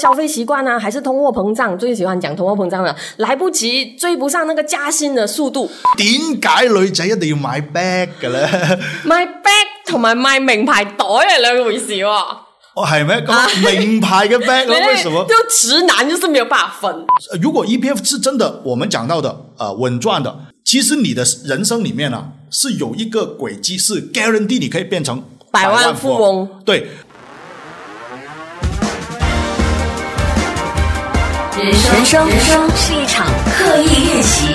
消费习惯啊，还是通货膨胀，最喜欢讲通货膨胀了，来不及追不上那个加薪的速度。點解女仔一定要買 bag 嘅 咧？買 bag 同埋買名牌袋係兩回事喎、哦，係咩？啊咁名牌嘅 bag 咯，為什么？就直男就是没有办法分。呃如果 EPF 是真的，我们讲到的呃稳赚的，其实你的人生里面啊是有一个轨迹，是 guarantee 你可以变成百万万富翁。对，人生人生人生是一场刻意练习。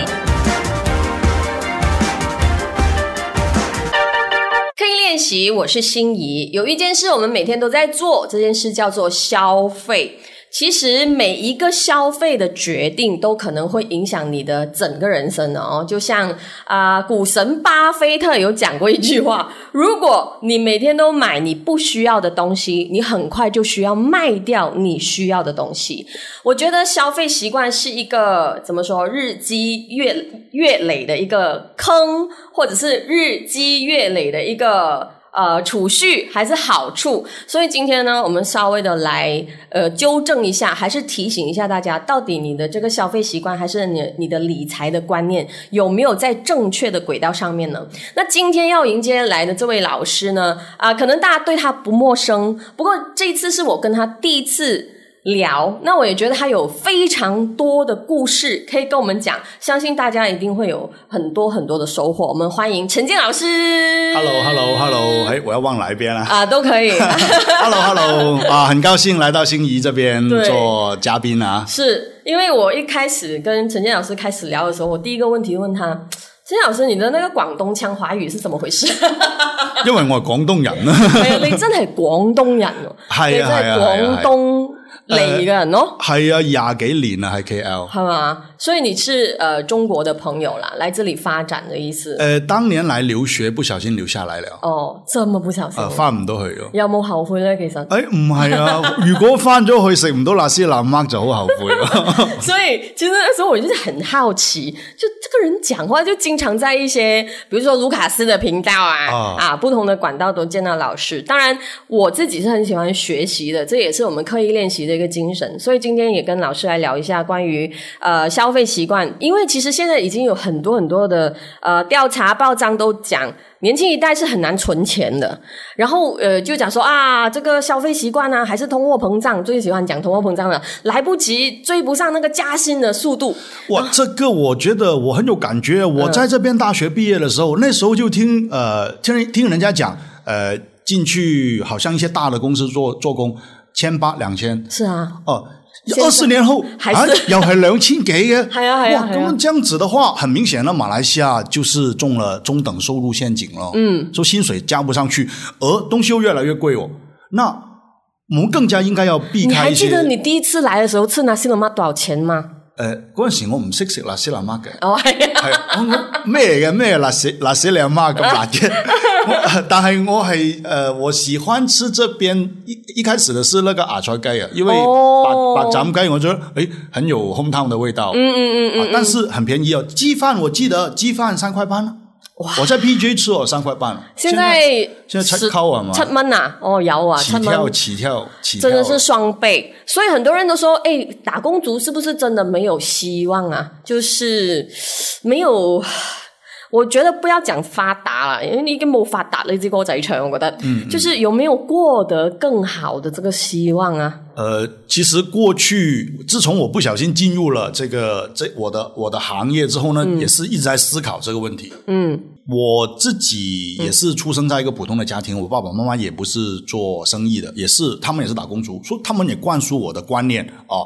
刻意练习，我是心仪。有一件事我们每天都在做，这件事叫做消费。其实每一个消费的决定都可能会影响你的整个人生的哦。就像啊、股神巴菲特有讲过一句话：如果你每天都买你不需要的东西，你很快就需要卖掉你需要的东西。我觉得消费习惯是一个怎么说，日积月月累的一个坑，或者是日积月累的一个呃储蓄还是好处。所以今天呢，我们稍微的来呃纠正一下，还是提醒一下大家，到底你的这个消费习惯还是你你的理财的观念有没有在正确的轨道上面呢？那今天要迎接来的这位老师呢，啊、可能大家对他不陌生，啊不过这一次是我跟他第一次。聊，那我也觉得他有非常多的故事可以跟我们讲，相信大家一定会有很多很多的收获。我们欢迎陈建老师 Hello，Hello，Hello，哎，嗯我要往哪一边啊 啊，都可以， ？Hello，Hello，啊，很高兴来到心仪这边对做嘉宾啊。是因为我一开始跟陈建老师开始聊的时候，我第一个问题问他：“陈建老师，你的那个广东腔华语是怎么回事？”因為我係廣東人 啊， 哎呀，你真係廣東人哦，你 係真係啊係啊係啊廣東嚟嘅人咯，係啊，廿幾年啦喺 KL。係嘛？所以你是呃中國的朋友啦，來這裡發展的意思。呃，當年來留學不小心留下來了，哦，這麼不小心啊，，翻唔到去咯。有冇後悔咧？ 其實？诶，唔係啊， 如果翻咗去食唔到辣絲辣媽就好後悔啊咯。 所以其实那时候我就是很好奇，就这个人讲话就经常在一些，比如说卢卡斯的频道啊啊啊不同的管道都见到老师。当然，我自己是很喜欢学习的，这也是我们刻意练习的一个精神。所以今天也跟老师来聊一下关于呃消费习惯，因为其实现在已经有很多很多的呃调查报章都讲。年轻一代是很难存钱的，然后呃就讲说啊，这个消费习惯啊，还是通货膨胀，最喜欢讲通货膨胀了，来不及追不上那个加薪的速度。哇，这个我觉得我很有感觉。我在这边大学毕业的时候，那时候就听呃听人听人家讲，呃，进去好像一些大的公司做做工，千八两千是啊，哦。现在二十年后还啊是，又系两千几嘅， 系啊系啊哇，系啊咁这样子的话，很明显了，马来西亚就是中了中等收入陷阱了。嗯，说薪水加不上去，而东西又越来越贵哦。那我们更加应该要避你开还一些。记得你第一次来的时候吃拿西冷妈多少钱吗？诶呃嗰阵时我唔識食辣絲辣媽嘅。哦，哎呀系咩嘅咩辣死辣死你阿媽咁辣 嘅，我但係我係呃，我喜歡吃這邊一一開始的是那個芽菜雞啊，因為白、哦白斬雞，我覺得诶很有烘湯的味道，嗯嗯嗯嗯但是很便宜哦。雞飯我記得雞飯三塊半，啊我在 PJ 吃哦三塊半，现在現在七十溝啊嘛七蚊啊，哦有啊，七起蚊跳起跳起跳，真的是双倍，所以很多人都说，哎，打工族是不是真的没有希望啊？就是没有，我觉得不要讲发达了，因为你已经冇发达呢支歌仔唱，我觉得，嗯就是有没有过得更好的这个希望啊？呃，其实过去自从我不小心进入了这个这我的我的行业之后呢，也是一直在思考这个问题。嗯，我自己也是出生在一个普通的家庭，我爸爸妈妈也不是做生意的，也是他们也是打工族，所以他们也灌输我的观念啊、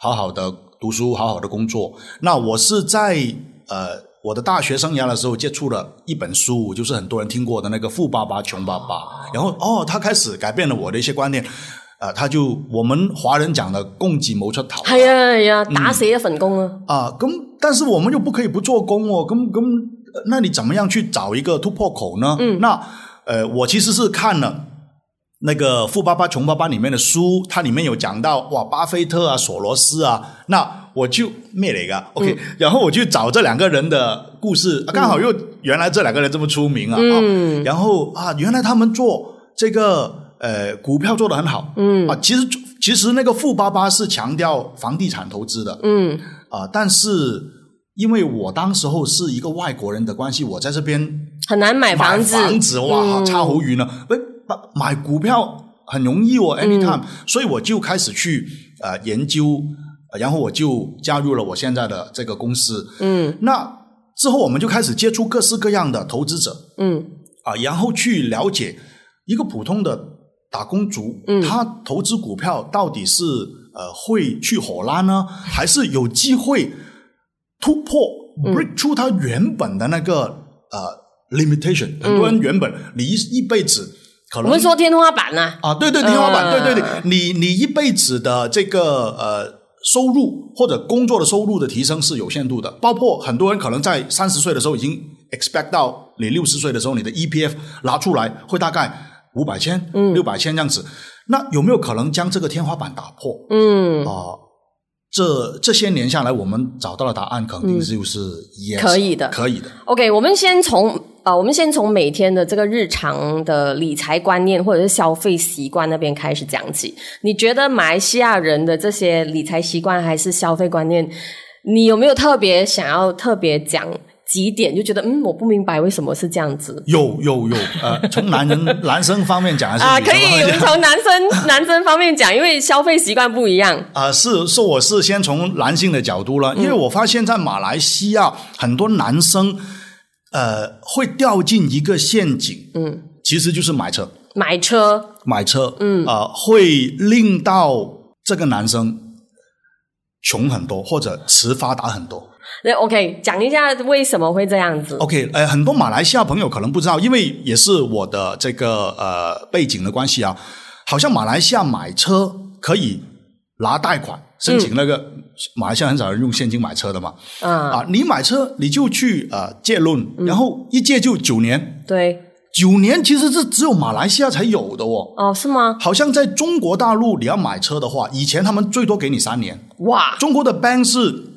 好好的读书，好好的工作。那我是在呃我的大学生涯的时候接触了一本书，就是很多人听过的那个《富爸爸穷爸爸》，然后哦，他开始改变了我的一些观念。呃，他就我们华人讲的供给谋出头，系啊系嗯啊，打死一份工啊！啊，咁但是我们又不可以不做工哦，咁咁，呃那你怎么样去找一个突破口呢？嗯，那呃，我其实是看了。那个《富爸爸穷爸爸》里面的书，它里面有讲到哇，巴菲特啊、索罗斯啊，那我就灭了一个 OK，、然后我就找这两个人的故事，啊刚好又原来这两个人这么出名啊，嗯啊然后啊，原来他们做这个呃股票做得很好，嗯啊，其实其实那个富爸爸是强调房地产投资的，嗯，啊、但是因为我当时候是一个外国人的关系，我在这边很难买买房子，嗯房子哇，差好远了。喂，买买股票很容易哦，anytime，、所嗯以我就开始去呃研究，呃然后我就加入了我现在的这个公司。嗯，那之后我们就开始接触各式各样的投资者嗯啊、然后去了解一个普通的打工族，嗯他投资股票到底是呃会去火拉呢，还是有机会突破嗯 break 出他原本的那个呃 limitation？、很多人原本你一一辈子可嗯我能们说天花板呐、啊，对对，天花板，嗯对对对，你你一辈子的这个呃收入或者工作的收入的提升是有限度的，包括很多人可能在三十岁的时候已经 expect 到你六十岁的时候，你的 EPF 拿出来会大概五百千、嗯六百千这样子。那有没有可能将这个天花板打破？嗯，啊、这这些年下来，我们找到的答案肯定就是 yes，、嗯可以的可以的。 OK，我们先从呃，我们先从每天的这个日常的理财观念或者是消费习惯那边开始讲起。你觉得马来西亚人的这些理财习惯还是消费观念，你有没有特别想要特别讲几点？就觉得嗯，我不明白为什么是这样 子有有有，呃，从 男人男生方面讲还是啊？女可生以，方面我讲们从男生男生方面讲，因为消费习惯不一样。啊、是是，我是先从男性的角度了，因为我发现，在马来西亚很多男生，呃，会掉进一个陷阱，嗯，其实就是买车，买车，买车，嗯，啊、会令到这个男生穷很多，或者迟发达很多。对 OK，讲一下为什么会这样子。 OK，呃，很多马来西亚朋友可能不知道，因为也是我的这个呃背景的关系啊，好像马来西亚买车可以拿贷款申请那个，马来西亚很少人用现金买车的嘛，啊，啊，你买车你就去呃借论，然后一借就九年，对，九年其实是只有马来西亚才有的哦。哦，是吗？好像在中国大陆，你要买车的话，以前他们最多给你三年，哇，中国的 bank 是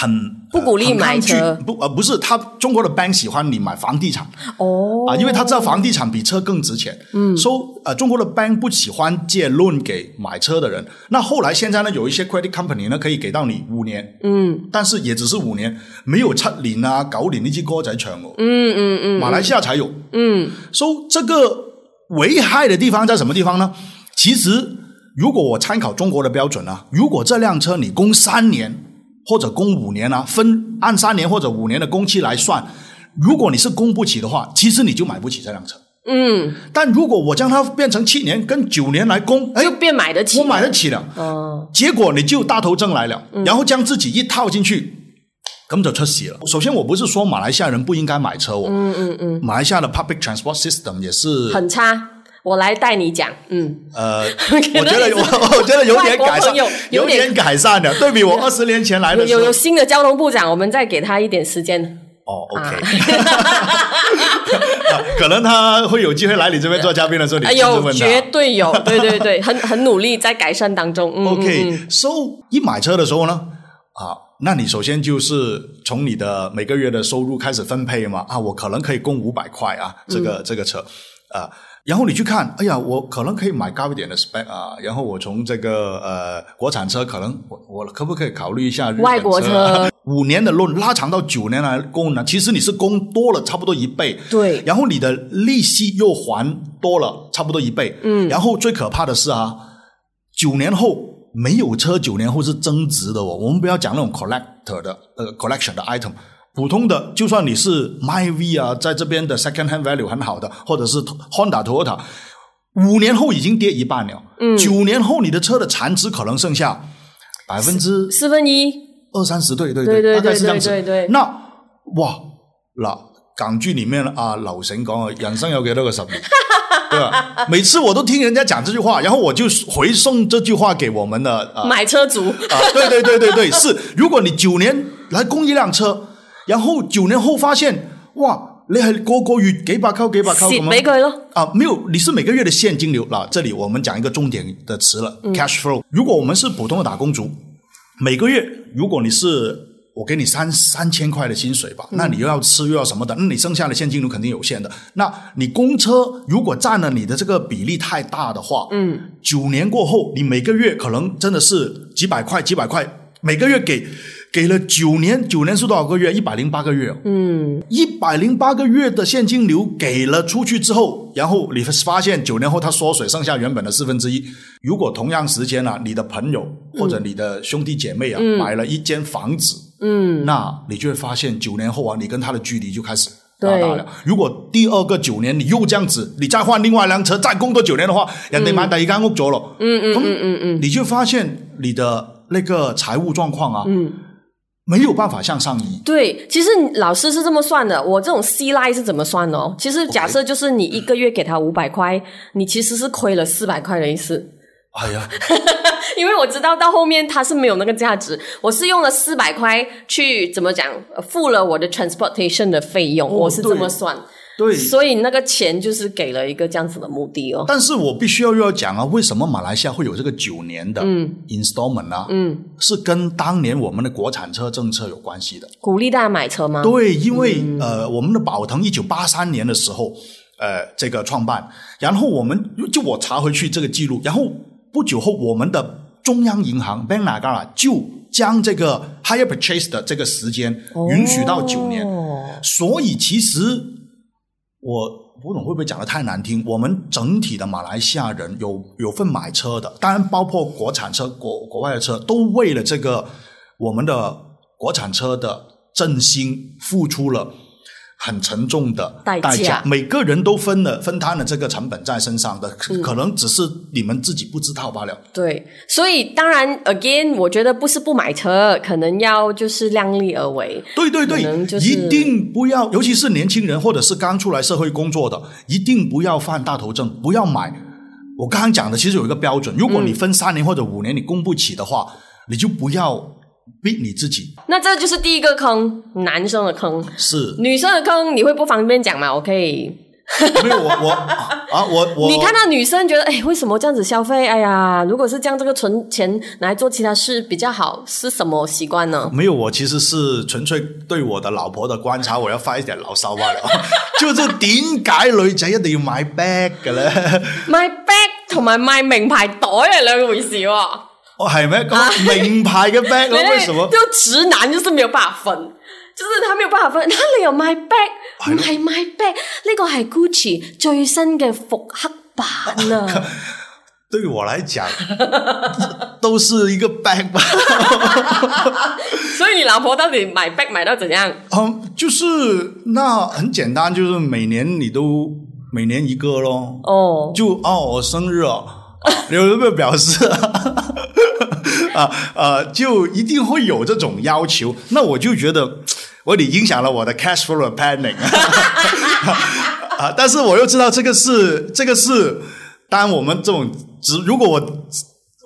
很不鼓励很抗拒买车不呃不是，他中国的 bank 喜欢你买房地产哦，啊，因为他知道房地产比车更值钱，嗯，所以呃中国的 bank 不喜欢借 loan 给买车的人。那后来现在呢，有一些 credit company 呢可以给到你五年，嗯，但是也只是五年，没有七年啊九年呢支歌仔唱哦，嗯嗯嗯，马来西亚才有，嗯，所以这个危害的地方在什么地方呢？其实如果我参考中国的标准啊，如果这辆车你供三年或者供五年啊，分按三年或者五年的工期来算，如果你是供不起的话，其实你就买不起这辆车。嗯，但如果我将它变成七年跟九年来供，哎就，变买得起，我买得起了，哦，结果你就大头症来了，嗯然后将自己一套进去，咁就出事了。首先，我不是说马来西亚人不应该买车哦，嗯嗯嗯，马来西亚的 public transport system 也是很差。我来带你讲，嗯， 呃，我可能觉得你是我我觉得有外点国改朋善友，有有点点改善了。对比我二十年前来有的时有候，有新的交通部长，我们再给他一点时间。哦，OK，啊可能他会有机会来你这边做嘉宾的时候，你哎亲自呦，问他。绝对 有，对对对，很很努力在改善当中。嗯 OK，so、一买车的时候呢，啊，那你首先就是从你的每个月的收入开始分配嘛，啊，我可能可以供五百块啊，这嗯个、这个车啊，然后你去看，哎呀，我可能可以买高一点的 spec 啊，然后我从这个呃国产车可能我我可不可以考虑一下日本外国车车？ 五年的 loan 拉长到九年来供呢，其实你是供多了差不多一倍，对然后你的利息又还多了差不多一倍，嗯，然后最可怕的是啊，九年后没有车，九年后是增值的哦。我们不要讲那种 collector 的呃 collection 的 item，普通的，就算你是 MyV 啊，在这边的 second hand value 很好的，或者是 Honda、Toyota，五年后已经跌一半了。嗯，九年后你的车的残值可能剩下百分之嗯，四分一，二三十，对对对对大概是这样子。对对对对那哇，嗱，港剧里面啊，老神讲啊，人生有几多个十年， 对吧？每次我都听人家讲这句话，然后我就回送这句话给我们的啊买车族，啊，对对对对对，是。如果你九年来供一辆车，然后九年后发现，哇，你系个个月几百扣几百扣咁蚀样俾佢咯。啊，没有，你是每个月的现金流啦。这里我们讲一个重点的词了、c a s h flow。如果我们是普通的打工族，每个月如果你是我给你三三千块的薪水吧，那你又要吃又要什么的，那你剩下的现金流肯定有限的。那你公车如果占了你的这个比例太大的话，嗯，九年过后，你每个月可能真的是几百块几百块，每个月给给了九年，九年是多少个月？一百零八个月，嗯，一百零八个月的现金流给了出去之后，然后你发现九年后它缩水，剩下原本的四分之一。如果同样时间啊，你的朋友或者你的兄弟姐妹啊、买了一间房子。嗯，那你就会发现九年后啊，你跟他的距离就开始对拉大了。如果第二个九年你又这样子，你再换另外一辆车，再供多九年的话，人哋買第二間屋咗咯。嗯嗯嗯嗯嗯，你就發現你的那個財務狀況啊，嗯，沒有辦法向上 移。对，其实老师是这么算的，我这种西赖是怎么算的哦？其实假设就是你一个月给他五百块，你其实是亏了四百块的意思，哎呀，因为我知道到后面他是没有那个价值，我是用了四百块去怎么讲，呃付了我的 transportation 的费哦用，我是这么算，對。所以那个钱就是给了一个这样子的目的哦。但是我必须要又要讲啊，为什么马来西亚会有这个九年的 installment 啊？嗯，是跟当年我们的国产车政策有关系的。鼓励大家买车吗？对，因为、呃，我们的宝腾一九八三年的时候，呃，这个创办，然后我们就我查回去这个记录，然后不久后我们的中央银行 Bank Negara 就将这个 higher purchase 的这个时间允许到九年，哦所以其实我。不懂会不会讲的太难听？我们整体的马来西亚人有有份买车的，当然包括国产车、国国外的车，都为了这个我们的国产车的振兴付出了很沉重的代代价每个人都分了分摊了这个成本在身上的，可可能只是你们自己不知道罢了。对，所以当然，again，我觉得不是不买车，可能要就是量力而为。对对对可能，就是一定不要，尤其是年轻人或者是刚出来社会工作的，一定不要犯大头症，不要买。我刚刚讲的其实有一个标准，如果你分三年或者五年你供不起的话，你就不要逼你自己。那这就是第一个坑，男生的坑，是 女生的坑你会不方便讲嘛？我可以，没有我我啊我我你看到女生觉得，哎，为什么这样子消费？哎呀，如果是这样，这个存钱拿来做其他事比较好，是什么习惯呢？没有，我其实是纯粹對我的老婆的觀察，我要發一點牢騷罷了。 就是點解女仔一定要買 bag 嘅咧？买 bag 同埋买名牌袋系兩回事喎、哦，係咩？啊咁名牌嘅 bag 咯，為什麼？就直男就是没有办法分。就是他沒有辦法分，你又買 bag，唔係買 bag，呢個係 Gucci 最新嘅復刻版啊！對我來講， 都是一個 bag 吧。 所以你老婆到底買 bag 買到怎樣？ 嗯，就是那很簡單，就是每年你都每年一個咯。哦，就哦，我生日哦， 啊你有没有表示？ 啊呃，就一定会有这种要求。那我就觉得，我你影响了我的 cash flow 的 planning 啊。但是我又知道这个是这个是，当然我们这种直，如果我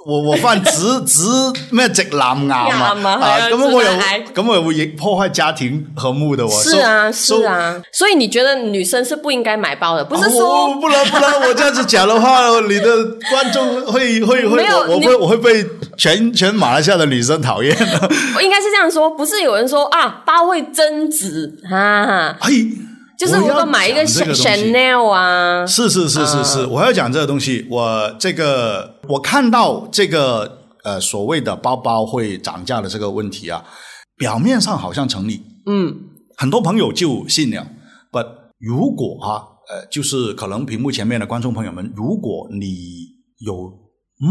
我我犯直 直咩直男癌嘛癌啊係啊啊，咁樣我直有 男癌咁我會影破壞家庭和睦的我。是啊， So- 是啊。所以你覺得女生是不應該買包的，不是啊我我說不能不能，我这样子讲的话，你的观众会 会会，没有我我你会我会被全全马来西亚的女生 讨厌的。我应该是这樣說，不是有人說啊包會增值啊，哎，就是如我果要買一個讲这个东西 Chanel 啊，是是是是是，我要讲这个东西。我这个我看到这个呃所谓的包包会涨价的这个问题啊，表面上好像成立，嗯，很多朋友就信了。But 如果啊，呃，就是可能屏幕前面的观众朋友们，如果你有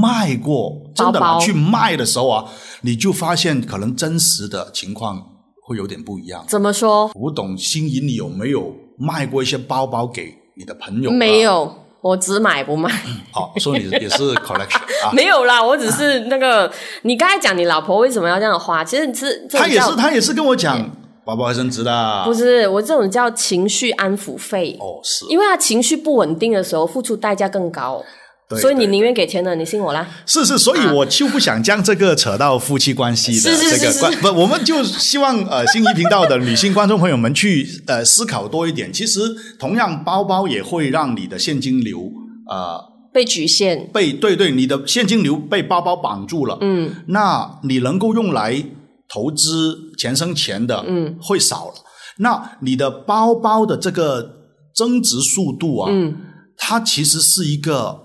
卖过，真包的拿包去卖的时候啊，你就发现可能真实的情况会有点不一样。怎麼說？我不懂心仪，你有没有卖过一些包包给你的朋友、啊？沒。有，我只買 不賣。好、所以你也是 collection 啊。没有啦，我只是那个，你刚才讲你老婆为什么要这样花，其实你是这他种也是，叫他也是跟我讲，包包会升值的。不是我这种叫情绪安抚费，哦，是。因为他情绪不稳定的时候，付出代价更高，对所以你对宁愿给钱了，你信我啦。是是，所以我就不想将这个扯到夫妻关系的啊是是这个是关，不，我们就希望呃，心仪频道的女性观众朋友们去呃思考多一点。其实，同样包包也会让你的现金流呃被局限，被对对，你的现金流被包包绑住了，嗯，那你能够用来投资钱生钱的，嗯，会少了。那你的包包的这个增值速度啊，嗯，它其实是一个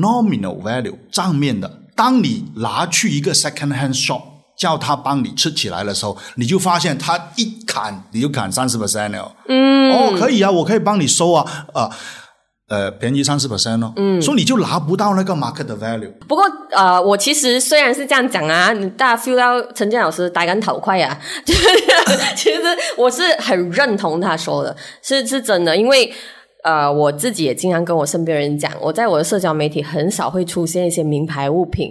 nominal value 账面的。当你拿去一个 second hand shop 叫他帮你吃起来的时候，你就发现他一砍你就砍三十 percent 了。嗯，哦，可以啊，我可以帮你收啊，啊、呃，便宜三十 percent 哦。嗯，所以你就拿不到那个 market 的 value。不过呃，我其实虽然是这样讲啊，你大家 feel 到陈建老师打干头快啊， 就是其实我是很认同他说的，是是真的，因为。呃，我自己也经常跟我身边人讲，我在我的社交媒体很少会出现一些名牌物品，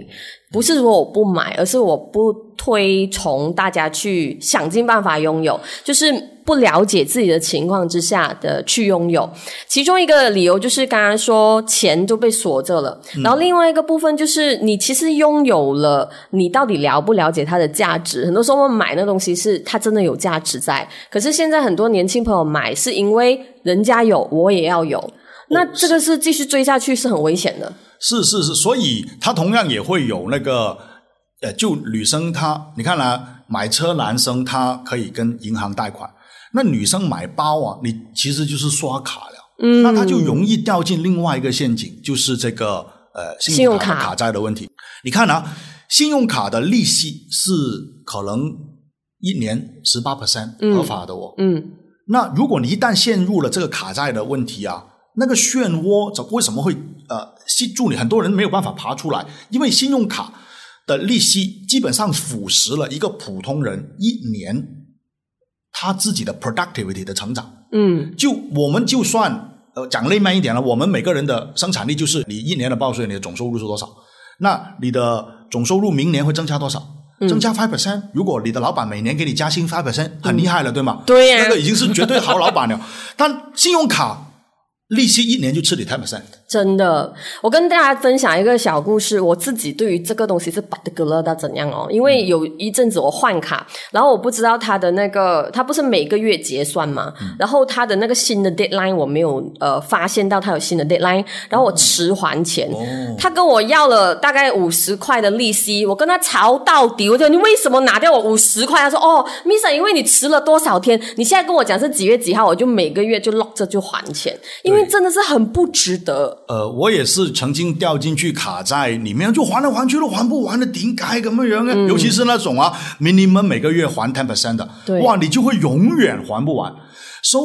不是说我不买，而是我不推崇大家去想尽办法拥有，就是不了解自己的情况之下的去拥有。其中一个理由就是刚刚说钱都被锁着了，嗯然后另外一个部分就是你其实拥有了，你到底了不了解它的价值？很多时候我们买那东西是它真的有价值在，可是现在很多年轻朋友买是因为人家有，我也要有。哦那这个是继续追下去是很危险的，是是是，所以它同样也会有那个，呃，就女生她，你看啦、买车男生他可以跟银行贷款，那女生买包啊，你其实就是刷卡了，嗯，那她就容易掉进另外一个陷阱，就是这个呃信信用用卡的卡卡债的问题。你看啊，信用卡的利息是可能一年十八 percent 合法的哦，嗯，那如果你一旦陷入了这个卡债的问题啊，那个漩涡怎为什么会呃吸住你？很多人没有办法爬出来，因为信用卡的利息基本上腐蚀了一个普通人一年他自己的 productivity 的成长。嗯就我们就算呃讲累慢一点了，我们每个人的生产力就是你一年的报税，你的总收入是多少？那你的总收入明年会增加多少？嗯增加 five percent。如果你的老板每年给你加薪 five percent，很厉害了，对吗？对呀那个已经是绝对好老板了。 但信用卡利息一年就吃你 ten percent，真的，我跟大家分享一个小故事。我自己对于这个东西是把的格勒到怎样哦？因为有一阵子我换卡，然后我不知道它的那个，它不是每个月结算嘛？然后它的那个新的 deadline 我没有呃发现到它有新的 deadline，然后我迟还钱，嗯他跟我要了大概五十块的利息，我跟他吵到底。我就你为什么拿掉我五十块？他说哦，Miss，因为你迟了多少天，你现在跟我讲是几月几号，我就每个月就 lock 着就还钱，因为对真的是很不值得。呃，我也是曾经掉进去卡债里面，就还来还去都还不完的，顶解咁样嘅。尤其是那种啊，minimum 每个月还 ten percent 的对，哇，你就会永远还不完。So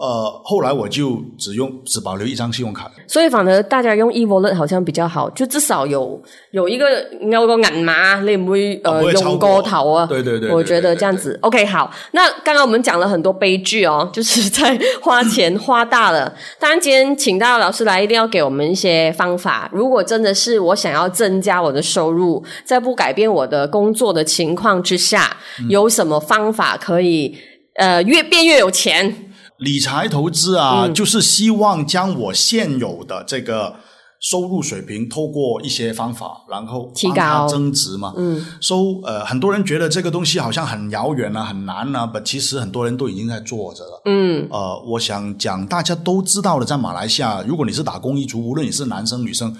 呃，后来我就只用只保留一张信用卡，所以反而大家用 e wallet 好像比較好，就至少有有一個有個銀碼，你唔會啊呃不會用超過過頭啊。對對對對我覺得這樣子 OK 好。那剛剛我們講了很多悲劇哦，就是在花錢花大了。当然今天請到老師來，一定要給我們一些方法。如果真的是我想要增加我的收入，在不改變我的工作的情況之下，嗯有什麼方法可以呃越變越有錢？理财投资啊，嗯就是希望将我现有的这个收入水平，透过一些方法，然后提高帮它增值嘛。嗯，收、呃，很多人觉得这个东西好像很遥远啊，很难啊，但其实很多人都已经在做着了。嗯，呃，我想讲大家都知道的，在马来西亚，如果你是打工一族，无论你是男生女生，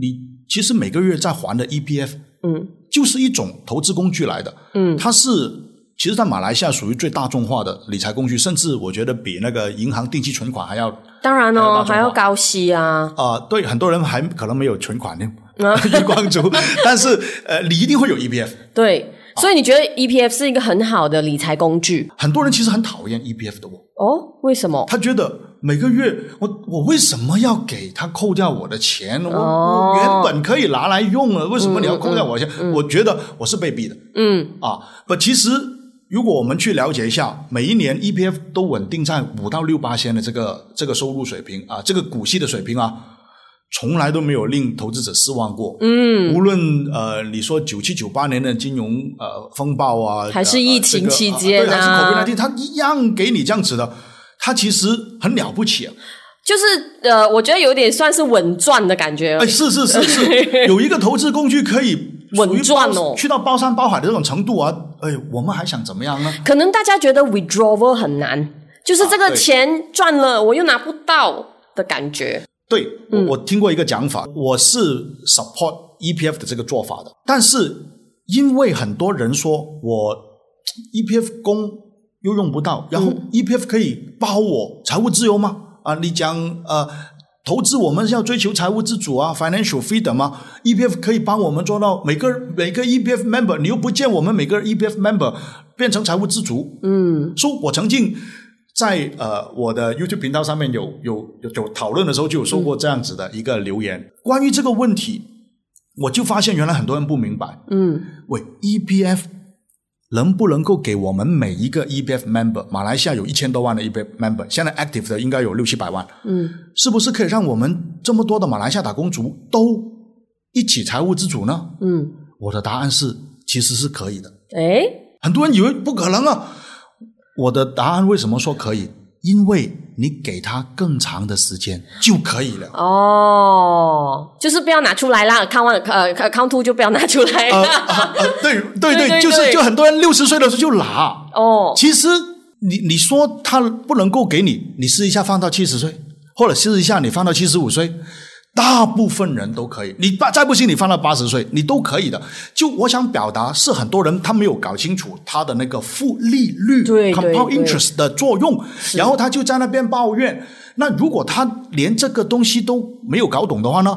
你其实每个月在还的 E EPF，嗯，就是一种投资工具来的，嗯，它是其实，在马来西亚属于最大众化的理财工具，甚至我觉得比那个银行定期存款还要，當然哦，还還有要包裝高息啊。啊，对，很多人还可能没有存款 呢，啊月光族，但是呃，你一定会有 EPF。对，所以你觉得 EPF 是一个很好的理财工具很多人其实很讨厌 EPF 的哦，哦？为什么？他觉得每个月我我为什么要给他扣掉我的钱？我、哦我原本可以拿来用了，为什么你要扣掉我的钱？我觉得我是被逼的嗯，啊。不，其实如果我们去了解一下，每一年 EPF 都稳定在五到六八千的这个这个收入水平啊，这个股息的水平啊。从来都没有令投资者失望过。嗯，无论呃，你说九七九八年的金融呃风暴啊，还是呃疫情期间这个啊呃对还是 COVID 它一样给你这样子的，它其实很了不起啊。就是呃，我觉得有点算是稳赚的感觉哎，。是是 是是，有一个投资工具可以稳属于包赚哦去到包山包海的这种程度啊，哎，我们还想怎么样呢？可能大家觉得 withdrawal 很难，就是这啊个对钱赚了我又拿不到的感觉。对，我、我听过一个讲法，我是 E support EPF 的这个做法的，但是因为很多人说我 EPF 供又用不到，然后 EPF 可以包我财务自由吗？啊，你讲呃，投资我们是要追求财务自主啊，financial freedom 啊，EPF 可以帮我们做到每个每个 EPF member，你又不见我们每个 EPF member 变成财务自足，嗯，所以我曾经在呃我的 YouTube 频道上面有有有有讨论的时候，就有说过这样子的一个留言，关于这个问题，我就发现原来很多人不明白，嗯，喂，EPF 能不能够给我们每一个 EPF member，马来西亚有一千多万的 EPF member，现在 active 的应该有六七百万，嗯，是不是可以让我们这么多的马来西亚打工族都一起财务自主呢？嗯，我的答案是，其实是可以的。诶，很多人以为不可能啊。我的答案为什么说可以？因为你给他更长的时间就可以 了。哦，就是不要拿出来啦，count one 呃 count two 就不要拿出来呃啦。呃呃，对对对对对，就是对就很多人六十岁的时候就拿。哦，其实你你说他不能够给你，你试一下放到七十岁，或者试一下你放到七十五岁，大部分人都可以。你把再不行，你放到八十岁，你都可以的。就我想表达是，很多人他没有搞清楚他的那个负利率对对 （compound 对 interest） 的作用，然后他就在那边抱怨。那如果他连这个东西都没有搞懂的话呢？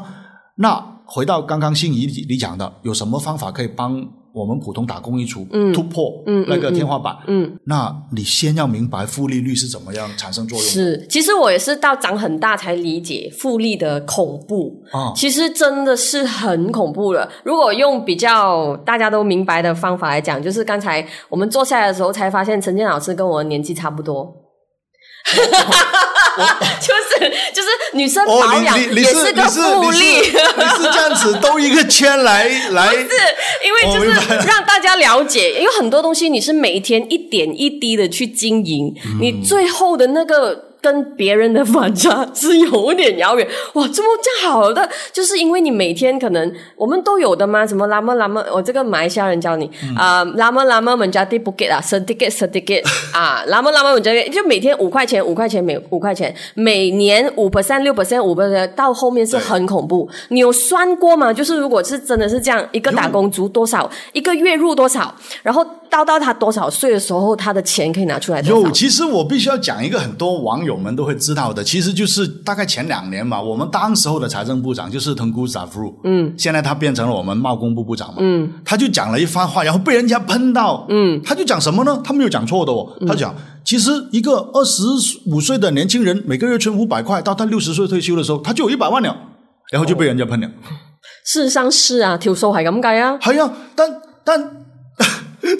那回到刚刚心仪你你讲的，有什么方法可以帮我们普通打工一族突破嗯嗯那个天花板？嗯，那你先要明白负利率是怎么样产生作用的。是，其实我也是到长很大才理解复利的恐怖。啊其实真的是很恐怖的。如果用比较大家都明白的方法来讲，就是刚才我们坐下来的时候才发现，陈建老师跟我的年纪差不哦多。 就是就是女生哦，保养你你你也是个你是复你是利，你是这样子兜一个圈 来来，因为就我哦明白是 让大家了解，因为很多东西你是每一天一点一滴的去经营，嗯你最后的那个。跟别人的反差是有点遥远 哇！这么这样好的，就是因为你每天可能我们都有的嘛，什么拉么拉么，我这个马来西亚人教你嗯啊、拉么拉么，人家 d i b u k e t 啊 c e r t i c a t e c e r t i c a t e 啊，拉么拉么，人家就每天五块钱，五块钱每五块钱，每年五 percent 六 percent 五 percent，到后面是很恐怖。你有算过吗？就是如果是真的是这样一个打工族多少，一个月入多少，然后到到他多少岁的时候，他的钱可以拿出来多有，少？其实我必须要讲一个很多网友们都会知道的，其实就是大概前两年嘛，我们当时候的财政部长就是 Tengku Zafru，嗯，现在他变成了我们贸工部部长嘛，嗯，他就讲了一番话，然后被人家喷到，嗯，他就讲什么呢？他没有讲错的哦，嗯他讲。其实，一个二十五岁的年轻人，每个月存五百块，到他六十岁退休的时候，他就有一百万了，然后就被人家喷了。事实上是啊，条数系咁计啊。好像，但但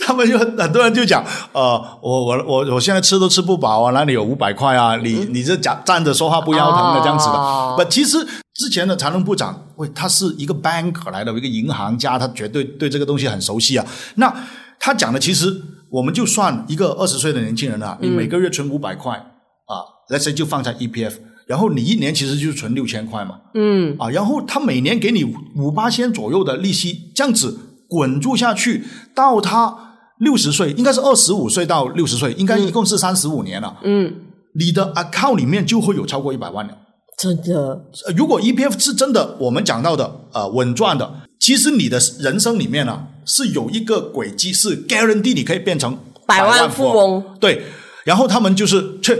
他们就很多人就讲，呃，我我我我现在吃都吃不饱啊，哪里有五百块啊？你、你这假站着说话不腰疼哦的、这样子的。不，其实之前的财政部长，喂，他是一个 bank 来的，一个银行家，他绝对对这个东西很熟悉啊。那他讲的其实，我们就算一个二十岁的年轻人嗯啊，你每个月存五百块啊，let's say 就放在 EPF。然后你一年其实就存六千块嘛，嗯，啊，然后他每年给你五八千左右的利息，这样子滚住下去，到他六十岁，应该是二十五岁到六十岁，应该一共是三十五年了。嗯，你的 account 里面就会有超过一百万了。真的呃如果 EPF 是真的，我们讲到的呃稳赚的，其实你的人生里面啊是有一个轨迹，是 guarantee 你可以变成百万万富翁对，然后他们就是去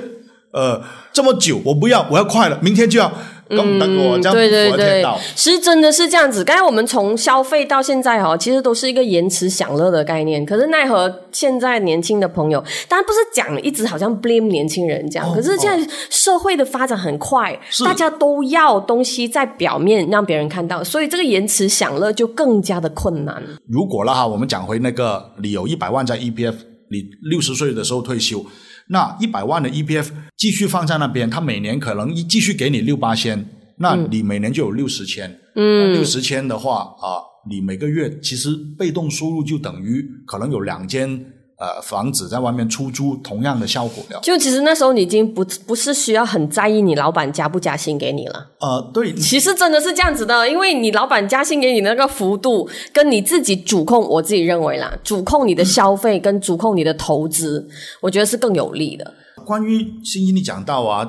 呃这么久，我不要，我要快了，明天就要。更等我哦这样，嗯对对我要对天到。，其实真的是这样子。刚才我们从消费到现在哦，其实都是一个延迟享乐的概念。可是奈何现在年轻的朋友，当然不是讲一直好像 blame 年轻人哦这样，可是现在社会的发展很快，是大家都要东西在表面让别人看到，所以这个延迟享乐就更加的困难。如果了哈，我们讲回那个，你有一百万在 EPF，你六十岁的时候退休，那一百万的 EPF 继续放在那边，它每年可能一继续给你六八千，那你每年就有六十千。嗯，六十千的话啊、你每个月其实被动收入就等于可能有两间呃房子在外面出租，同样的效果了。就其实那时候你已经不不是需要很在意你老板加不加薪给你了。呃，对，其实真的是这样子的，因为你老板加薪给你那个幅度，跟你自己主控，我自己认为啦，主控你的消费跟主控你的投资，我觉得是更有利的。关于新一，你讲到啊，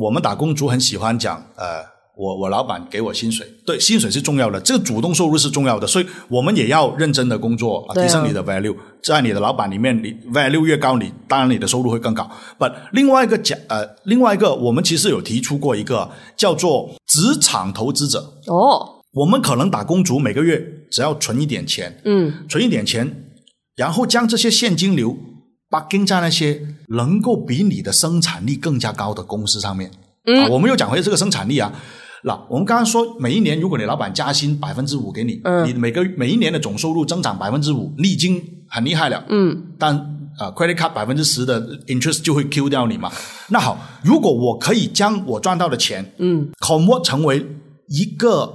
我们打工族很喜欢讲，呃，我我老板给我薪水，对，薪水是重要的，这个主动收入是重要的，所以我们也要认真的工作，啊、对啊提升你的 value，在你的老板里面，你 value 越高，你当然你的收入会更高。But 另外一个讲呃，另外一个我们其实有提出过一个叫做职场投资者，哦，我们可能打工族每个月只要存一点钱，嗯，存一点钱，然后将这些现金流 parking 在那些能够比你的生产力更加高的公司上面。嗯啊，我们又讲回这个生产力啊。那我们刚刚说，每一年如果你老板加薪百分之五给你，嗯你每个每一年的总收入增长百分之五，你已经很厉害了。嗯，但啊、c r e d i t card 百分之十的 interest 就会 Q 掉你嘛。那好，如果我可以将我赚到的钱，嗯，convert 成为一个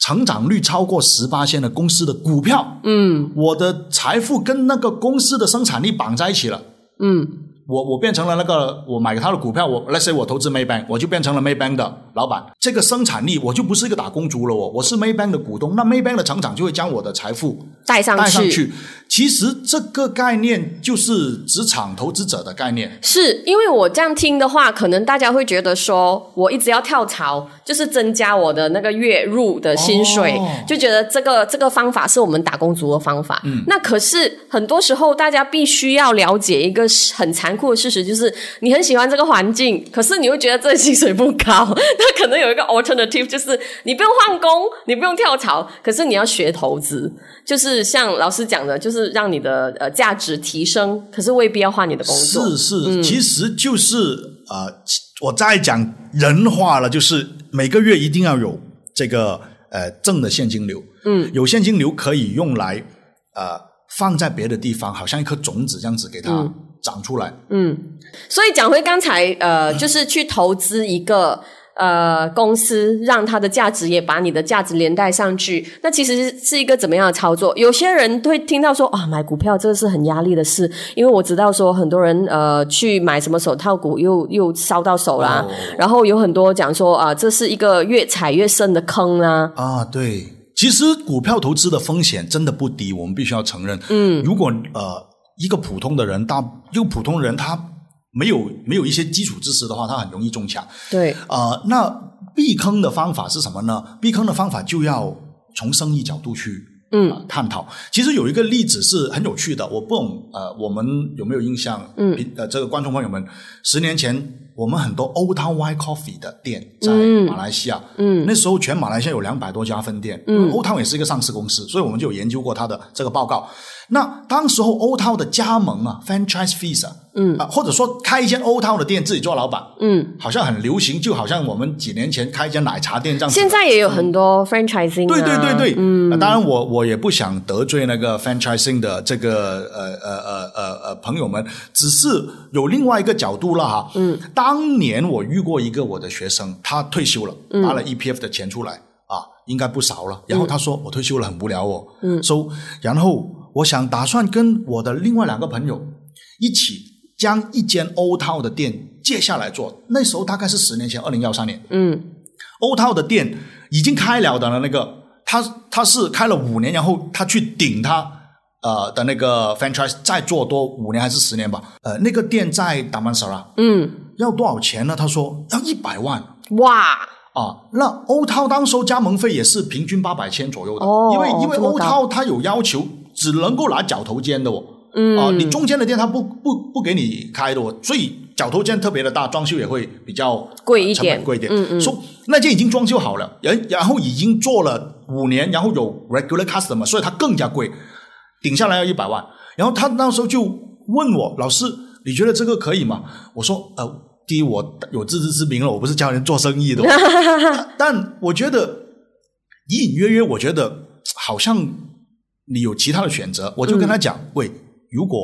成长率超过十八线的公司的股票，嗯我的财富跟那个公司的生产力绑在一起了。嗯，我我变成了那个我买他的股票，我 let's say 我投资 Maybank，我就变成了 Maybank 的老板。这个生产力我就不是一个打工族了哦我，我是 Maybank 的股东，那 Maybank 的成长就会将我的财富带上带上去。去。其实这个概念就是职场投资者的概念。是因为我这样听的话，可能大家会觉得说，我一直要跳槽，就是增加我的那个月入的薪水，哦就觉得这个这个方法是我们打工族的方法。那可是很多时候，大家必须要了解一个很残酷的事实，就是你很喜欢这个环境，可是你又觉得这薪水不高， 那可能有一个 alternative，就是你不用换工，你不用跳槽，可是你要学投资，就是像老师讲的，就是让你的呃价值提升，可是未必要换你的工作。嗯是是，其实就是呃，我再讲人话了，就是每个月一定要有这个呃正的现金流。嗯，有现金流可以用来呃放在别的地方，好像一颗种子这样子给它长出来。嗯，所以讲回刚才，嗯呃，就是去投资一个呃公司，让它的价值也把你的价值连带上去，那其实是一个怎么样的操作？有些人会听到说啊，买股票这个是很压力的事，因为我知道说很多人呃去买什么手套股又又烧到手啦，哦然后有很多讲说啊，这是一个越踩越深的坑啦、啊，对，其实股票投资的风险真的不低，我们必须要承认。嗯，如果呃一个普通的人，大一个普通人他没有没有一些基础知识的话，他很容易中枪。对，呃，那避坑的方法是什么呢？避坑的方法就要从生意角度去。嗯呃探讨。其实有一个例子是很有趣的，我不懂呃，我们有没有印象？嗯平，呃，这个观众朋友们，十年前我们很多 Old Town White Coffee 的店在嗯马来西亚，嗯那时候全马来西亚有两百多家分店，嗯，O Town 也是一个上市公司，所以我们就有研究过它的这个报告。那当时候 O Town 的加盟啊，franchise fees 啊，嗯啊或者说开一间 O Town 的店自己做老板，嗯，好像很流行，就好像我们几年前开一间奶茶店这样子的。现在也有很多 franchising，、啊、嗯对对对对，嗯，呃当然我我也不想得罪那个 franchising 的这个呃呃呃呃呃朋友们，只是有另外一个角度了哈。嗯，当年我遇过一个我的学生，他退休了，拿了 EPF 的钱出来啊，应该不少了。然后他说、我退休了很无聊哦，嗯，so, 然后我想打算跟我的另外两个朋友一起将一间欧套的店借下来做，那时候大概是十年前，二零幺三年。嗯欧套的店已经开了的了，那个他他是开了五年，然后他去顶他呃的那个 franchise 再做多五年还是十年吧，呃那个店在达曼萨拉嗯，要多少钱呢？他说要一百万哇，啊，那欧套当时候加盟费也是平均八百千左右的，哦因为因为这么高欧套他有要求，只能够拿脚头尖的哦。嗯啊、你中间的店他不不不给你开的哦，所以脚头间特别的大，装修也会比较贵一成本点贵一点。嗯嗯说那件已经装修好了，然然后已经做了五年，然后有 regular customer，所以它更加贵，顶下来要一百万。然后他那时候就问我老师，你觉得这个可以吗？我说呃，第一我有自知之明了，我不是教人做生意的哦、 但但我觉得隐隐约约，我觉得好像你有其他的选择，我就跟他嗯讲，喂，如果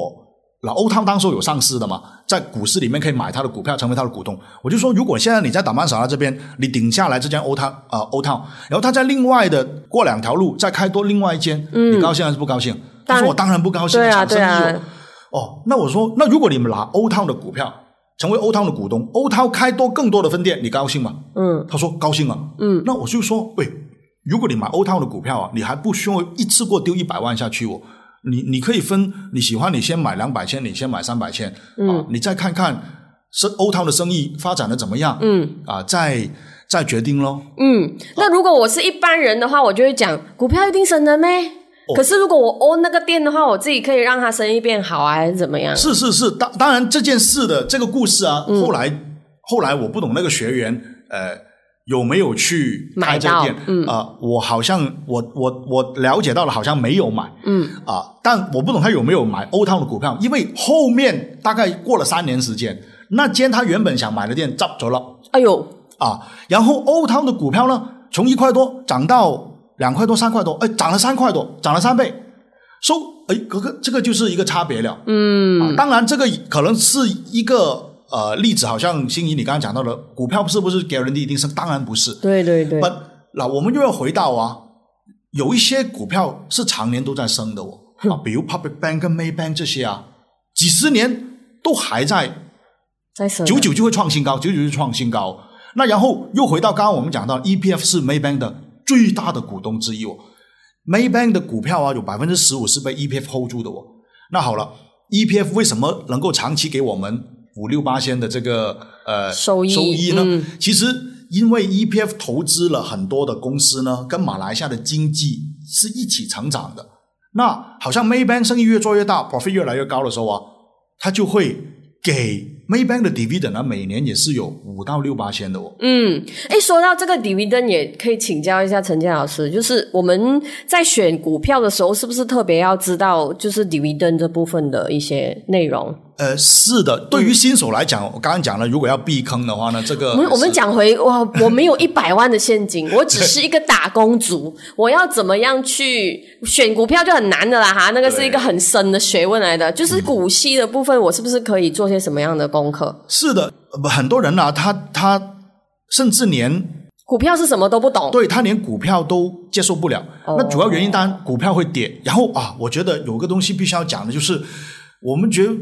老欧汤当时候有上市的嘛，在股市里面可以买他的股票，成为他的股东。我就说，如果现在你在达曼萨拉这边，你顶下来这间欧汤啊欧汤，然后他在另外的过两条路再开多另外一间，你高兴还是不高兴？他当说我当然不高嗯兴，对啊抢生意哦对啊哦，那我说，那如果你们拿欧汤的股票成为欧汤的股东，欧汤开多更多的分店，你高兴吗？嗯他说高兴啊，嗯，那我就说，喂，如果你买欧套的股票啊，你还不需要一次过丢一百万下去哦，你你可以分，你喜欢你先买两百千，你先买三百嗯千，啊，你再看看是欧套的生意发展的怎么样，嗯啊，在再决定咯。嗯，那如果我是一般人的话，我就会讲股票一定升的咩？可是如果我 own 那个店的话，我自己可以让它生意变好啊，还是怎么样？是是是，当当然这件事的这个故事啊，嗯后来、后来我不懂那个学员呃有没有去开这个店买到嗯啊、我好像我我我了解到了，好像没有买，嗯啊、但我不懂他有没有买欧汤的股票，因为后面大概过了三年时间，那间他原本想买的店잡咗了。哎呦，啊，然后欧汤的股票呢，从一块多涨到两块多、三块多，哎，涨了三块多，涨了三倍，收、哎，哥哥，这个就是一个差别了。嗯、啊，当然这个可能是一个呃例子，好像心仪你刚刚讲到的，股票是不是给人的一定是？当然不是。对对对，不，那我们又要回到啊，有一些股票是常年都在升的哦，啊，比如 Public Bank 跟 Maybank 这些啊，几十年都还在再升九九就会创新高，九九就创新高。那然后又回到刚刚我们讲到，EPF 是 Maybank 的最大的股东之一哦。Maybank 的股票啊，有百分之十五是被 EPF hold 住的哦。那好了，EPF 为什么能够长期给我们五六八千的这个呃收益收益呢？嗯其实因为 EPF 投资了很多的公司呢，跟马来西亚的经济是一起成长的。那好像 Maybank 生意越做越大，profit 越来越高的时候啊，它就会给 Maybank 的 dividend 呢，每年也是有五到六八千的哦。嗯，哎，说到这个 dividend，也可以请教一下陈建老师，就是我们在选股票的时候，是不是特别要知道就是 dividend 这部分的一些内容？呃，是的，对于新手来讲，我刚刚讲了，如果要避坑的话呢，这个我们我们呃是讲回哇，我没有一百万的现金，我只是一个打工族，我要怎么样去选股票就很难的啦哈，那个是一个很深的学问来的。就是嗯股息的部分，我是不是可以做些什么样的功课？是的，呃很多人呢、啊，他他甚至连股票是什么都不懂，对他连股票都接受不了。哦那主要原因当然股票会跌，然后啊，我觉得有个东西必须要讲的就是，我们觉得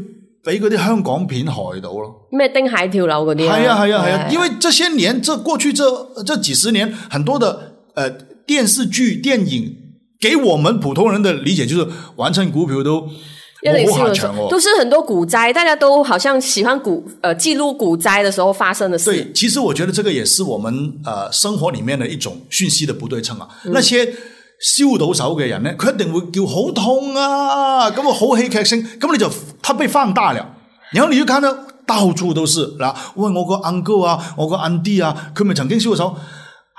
俾嗰啲香港片害到咯。咩丁海跳樓嗰啲系啊系啊系啊，因為为这些年这过去这这几十年，很多的呃电视剧、电影给我们普通人的理解就是，完成股票都一我零好四下的场哦。都是很多股灾，大家都好像喜欢股呃记录股灾的时候发生的事。对，其实我觉得这个也是我们呃生活里面的一种讯息的不对称啊。嗯那些燒到手嘅人咧，佢一定會叫好痛啊，咁啊好戲劇性，咁你就他被放大了，然後你就看到到處都是嗱，喂我個 uncle 啊，我個 auntie 啊，佢咪曾經燒到手，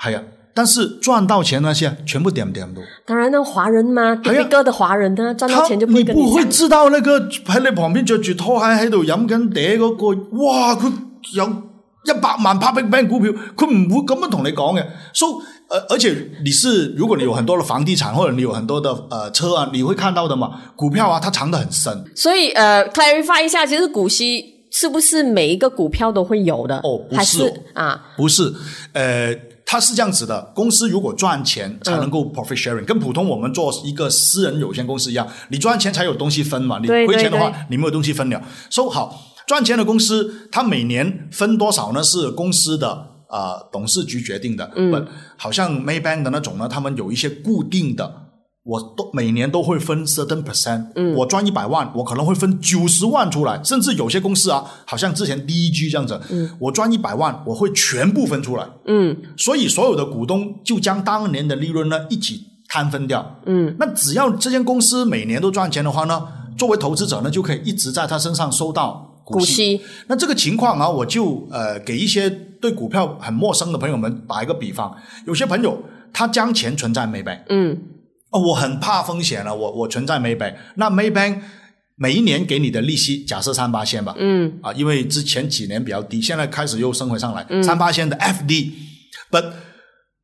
係啊，但是賺到錢那些啊全部點點到。当然，那华人嘛，迪係啊比哥的华人呢，赚到他钱就不你会跟不讲會。知道那個喺你旁邊着住拖鞋喺度飲緊嗲嗰個，哇！佢有一百萬 p u b l i 股票，佢唔會咁樣同你講嘅。所以，呃，而且你是如果你有很多的房地產或者你有很多的呃車啊，你會看到的嘛，股票啊，它藏得很深。所以呃，clarify 一下，其实股息是不是每一个股票都会有的？哦不是哦还是啊，不是，呃，它是这样子的，公司如果赚钱才能够嗯 profit sharing，、跟普通我们做一个私人有限公司一样，你赚钱才有东西分嘛，你对亏钱的话对你没有东西分了。收、好，赚钱的公司它每年分多少呢？是公司的。呃，董事局决定的。嗯，好像 Maybank 的那种呢，他们有一些固定的，我都每年都会分 certain percent。嗯，我赚一百万，我可能会分九十万出来，甚至有些公司啊，好像之前 DEG 这样子，嗯，我赚一百万，我会全部分出来。嗯，所以所有的股东就将当年的利润呢一起摊分掉。嗯，那只要这间公司每年都赚钱的话呢，作为投资者呢就可以一直在他身上收到股息那这个情况啊，我就呃给一些对股票很陌生的朋友们打一个比方，有些朋友他将钱存在 Maybank，嗯，哦，我很怕风险了，我我存在 Maybank，那 Maybank 每一年给你的利息，假设三八线吧，嗯，啊，因为之前几年比较低，现在开始又升回上来，三八线的 FD，but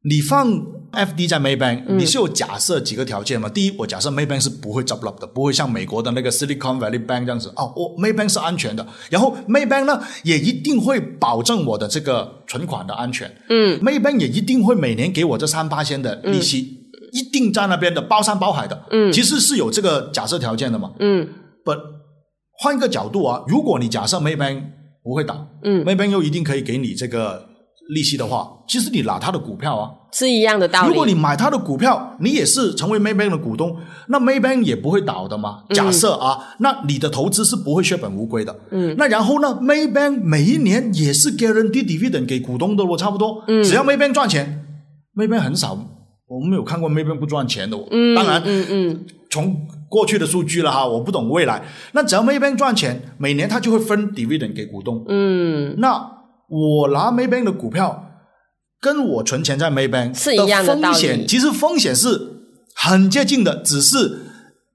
你放 FD 在 Maybank，、你是有假设几个条件嘛？第一，我假设 Maybank 是不会 j u p up 的，不会像美国的那个 Silicon Valley Bank 这样子。哦，我 Maybank 是安全的，然后 Maybank 呢也一定会保证我的这个存款的安全。嗯，Maybank 也一定会每年给我这三八千的利息，一定在那边的，包山包海的。嗯，其实是有这个假设条件的嘛。嗯，but 换一个角度啊，如果你假设 Maybank 不会倒，嗯，Maybank 又一定可以给你这个利息的话，其实你拿他的股票啊，是一样的道理。如果你买他的股票，你也是成为 Maybank 的股东，那 Maybank 也不会倒的嘛。假设啊，那你的投资是不会血本无归的。嗯，那然后呢，Maybank 每一年也是 guarantee dividend 给股东的咯，差不多。嗯，只要 Maybank 赚钱，Maybank 很少，我们没有看过 Maybank 不赚钱的哦。嗯，当然，嗯嗯，从过去的数据了哈，我不懂未来。那只要 Maybank 赚钱，每年他就会分 dividend 给股东。嗯，那我拿 Maybank 的股票，跟我存钱在 Maybank 是一样的道风理险，其实风险是很接近的，只是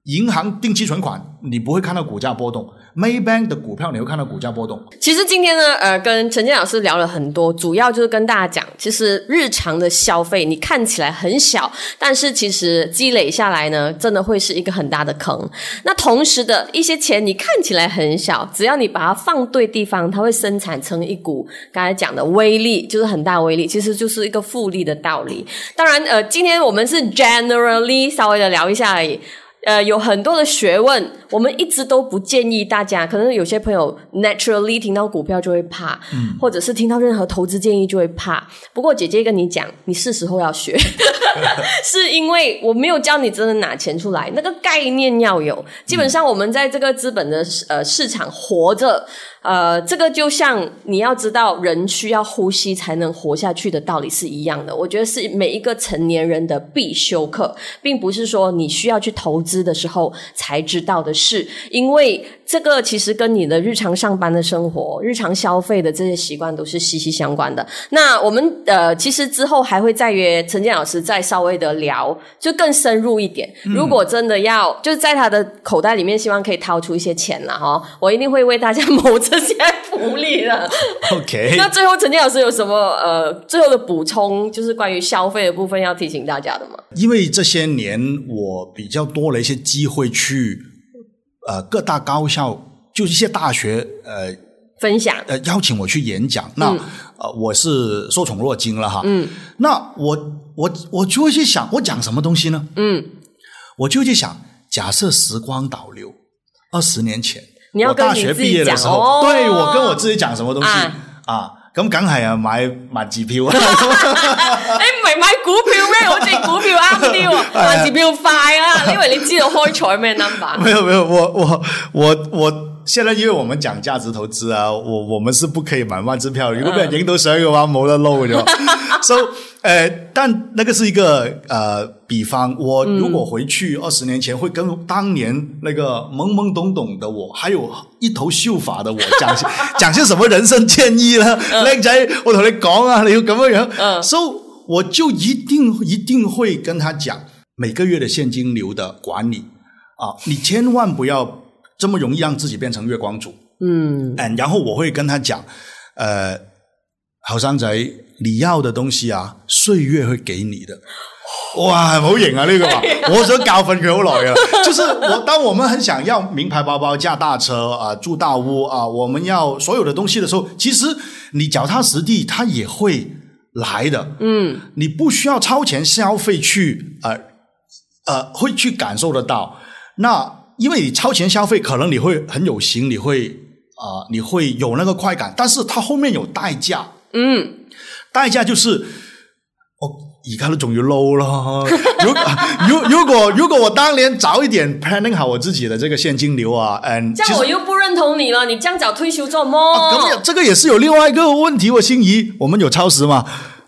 银行定期存款你不会看到股价波动，Maybank 的股票你会看到股价 波动。其实今天呢，呃，跟陈建老师聊了很多，主要就是跟大家讲，其实日常的消费你看起来很小，但是其实积累下来呢，真的会是一个很大的坑。那同时的一些钱，你看起来很小，只要你把它放对地方，它会生产成一股刚才讲的威力，就是很大威力，其实就是一个复利的道理。当然，呃，今天我们是 generally 稍微的聊一下而已。呃，有很多的学问，我们一直都不建议大家。可能有些朋友 naturally 听到股票就会怕，或者是听到任何投资建议就会怕。不过姐姐跟你讲，你是时候要学， 是因为我没有教你真的拿钱出来，那个概念要有。基本上我们在这个资本的呃市场活着，呃，这个就像你要知道人需要呼吸才能活下去的道理是一样的。我觉得是每一个成年人的必修课，并不是说你需要去投资的时候才知道的事，因为这个其实跟你的日常上班的生活、日常消费的这些习惯都是息息相关的。那我们呃，其实之后还会再约陈建老师再稍微的聊，就更深入一点。如果真的要，就是在他的口袋里面，希望可以掏出一些钱啦，哈，我一定会为大家谋这些福利的。 OK，那最后，陈建老师有什么呃最后的补充，就是关于消费的部分要提醒大家的吗？因为这些年我比较多了一些机会去呃各大高校，就是一些大学呃分享，呃邀请我去演讲，那、嗯呃我是受宠若惊了哈。嗯，那我我我就会去想，我讲什么东西呢？嗯，我就去想，假设时光倒流二十年前，你要我跟大你学自己毕业的时候，讲哦对我跟我自己讲什么东西啊啊？咁梗係啊，買買支票 啊！诶，唔係買哎股票咩？我哋股票啱啲喎，買支票快啊！因為你知道開彩咩 number。没有没有，我我我我现在因為我們講價值投資啊，我我們是不可以買萬支票，如果俾人影到相嘅話，冇得撈嘅啫。so 呃，但那個是一個呃比方，我如果回去二十年前，會跟當年那個懵懵懂懂的我，還有一頭秀髮的我講講些什麼人生建議啦，靚仔，我同你講啊，你要咁樣樣。嗯 so 我就一定一定會跟他講每個月的現金流的管理。啊，你千万不要这么容易让自己变成月光族。嗯嗯，然后我会跟他讲，呃，后生仔，你要的东西啊，岁月会给你的。哇，好型啊呢、个嘛，我想教训佢好耐啊。就是我，当我们很想要名牌包包、驾大车啊、住大屋啊，我们要所有的东西的时候，其实你脚踏实地，它也会来的。嗯，你不需要超前消费去呃呃会去感受得到。那因为你超前消费，可能你会很有型，你会啊、呃你会有那个快感，但是它后面有代价，嗯，代價就是我而家都仲要撈咯。如 如如果如果我当年早一点 planning 好我自己的这个现金流啊，and 这其样实我又不認同你了，你這樣早退休做夢？啊咁也这个也是有另外一个问题，我心仪，我们有超时吗？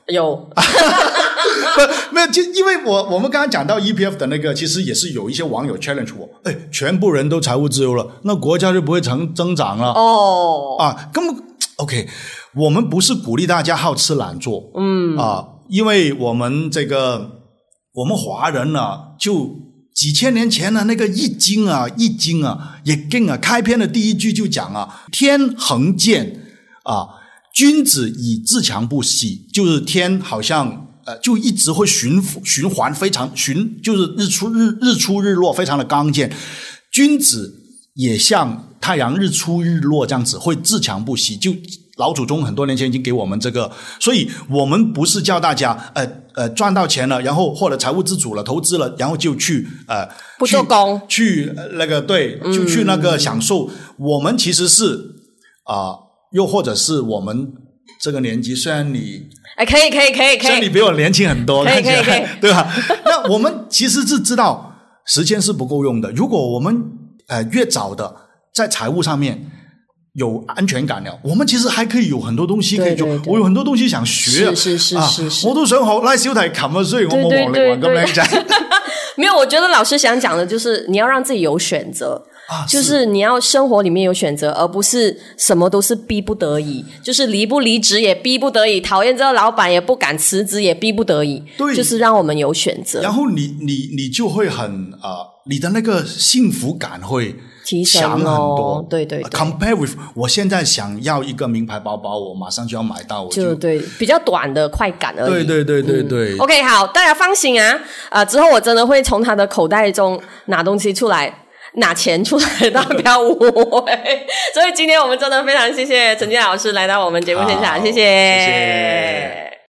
有，啊不， 没有，就因为我我们刚刚讲到 EPF 的那个，其实也是有一些网友 challenge 我，哎，全部人都财务自由了，那国家就不会成增长了。哦，啊，根本 OK，我们不是鼓励大家好吃懒做，嗯啊，因为我们这个我们华人呢、就几千年前的那个《易经》啊，《易经》啊，《易经》啊，开篇的第一句就讲啊，天恒健啊，君子以自强不息，就是天好像。呃，就一直会循复循环，非常循就是日出日日出日落，非常的刚健。君子也像太阳日出日落这样子，会自强不息。就老祖宗很多年前已经给我们这个，所以我们不是叫大家呃呃赚到钱了，然后或者财务自主了，投资了，然后就去呃不去做工嗯去呃那个对，就去那个享受。我们其实是啊、又或者是我们这个年纪，虽然你哎，可以可以可以可虽然你以，比我年轻很多，可以看起来可以可 对吧？那我们其实是知道时间是不够用的。如果我们呃越早的在财务上面有安全感了，我们其实还可以有很多东西可以做。对对对我有很多东西想學啊，是是是啊是是我都想學拉小提琴啊，雖然我冇對學對力玩咁對 靚仔没有，我觉得老师想讲的就是你要让自己有选择。啊，就是你要生活里面有选择，而不是什么都是逼不得已，就是离不离职也逼不得已，讨厌这个老板也不敢辞职也逼不得已，对就是让我们有选择然。后你你你就会很呃，你的那个幸福感会提升强很咯多，对对对 Compare with 我现在想要一个名牌包包，我马上就要买到，我就就对，比较短的快感而已。嗯对对对对对。 OK，好，大家放心啊！啊、之后我真的会从他的口袋中拿东西出来，拿钱出来，大家不要误会。 所以今天我们真的非常谢谢陈建老师来到我们节目现场，好谢谢谢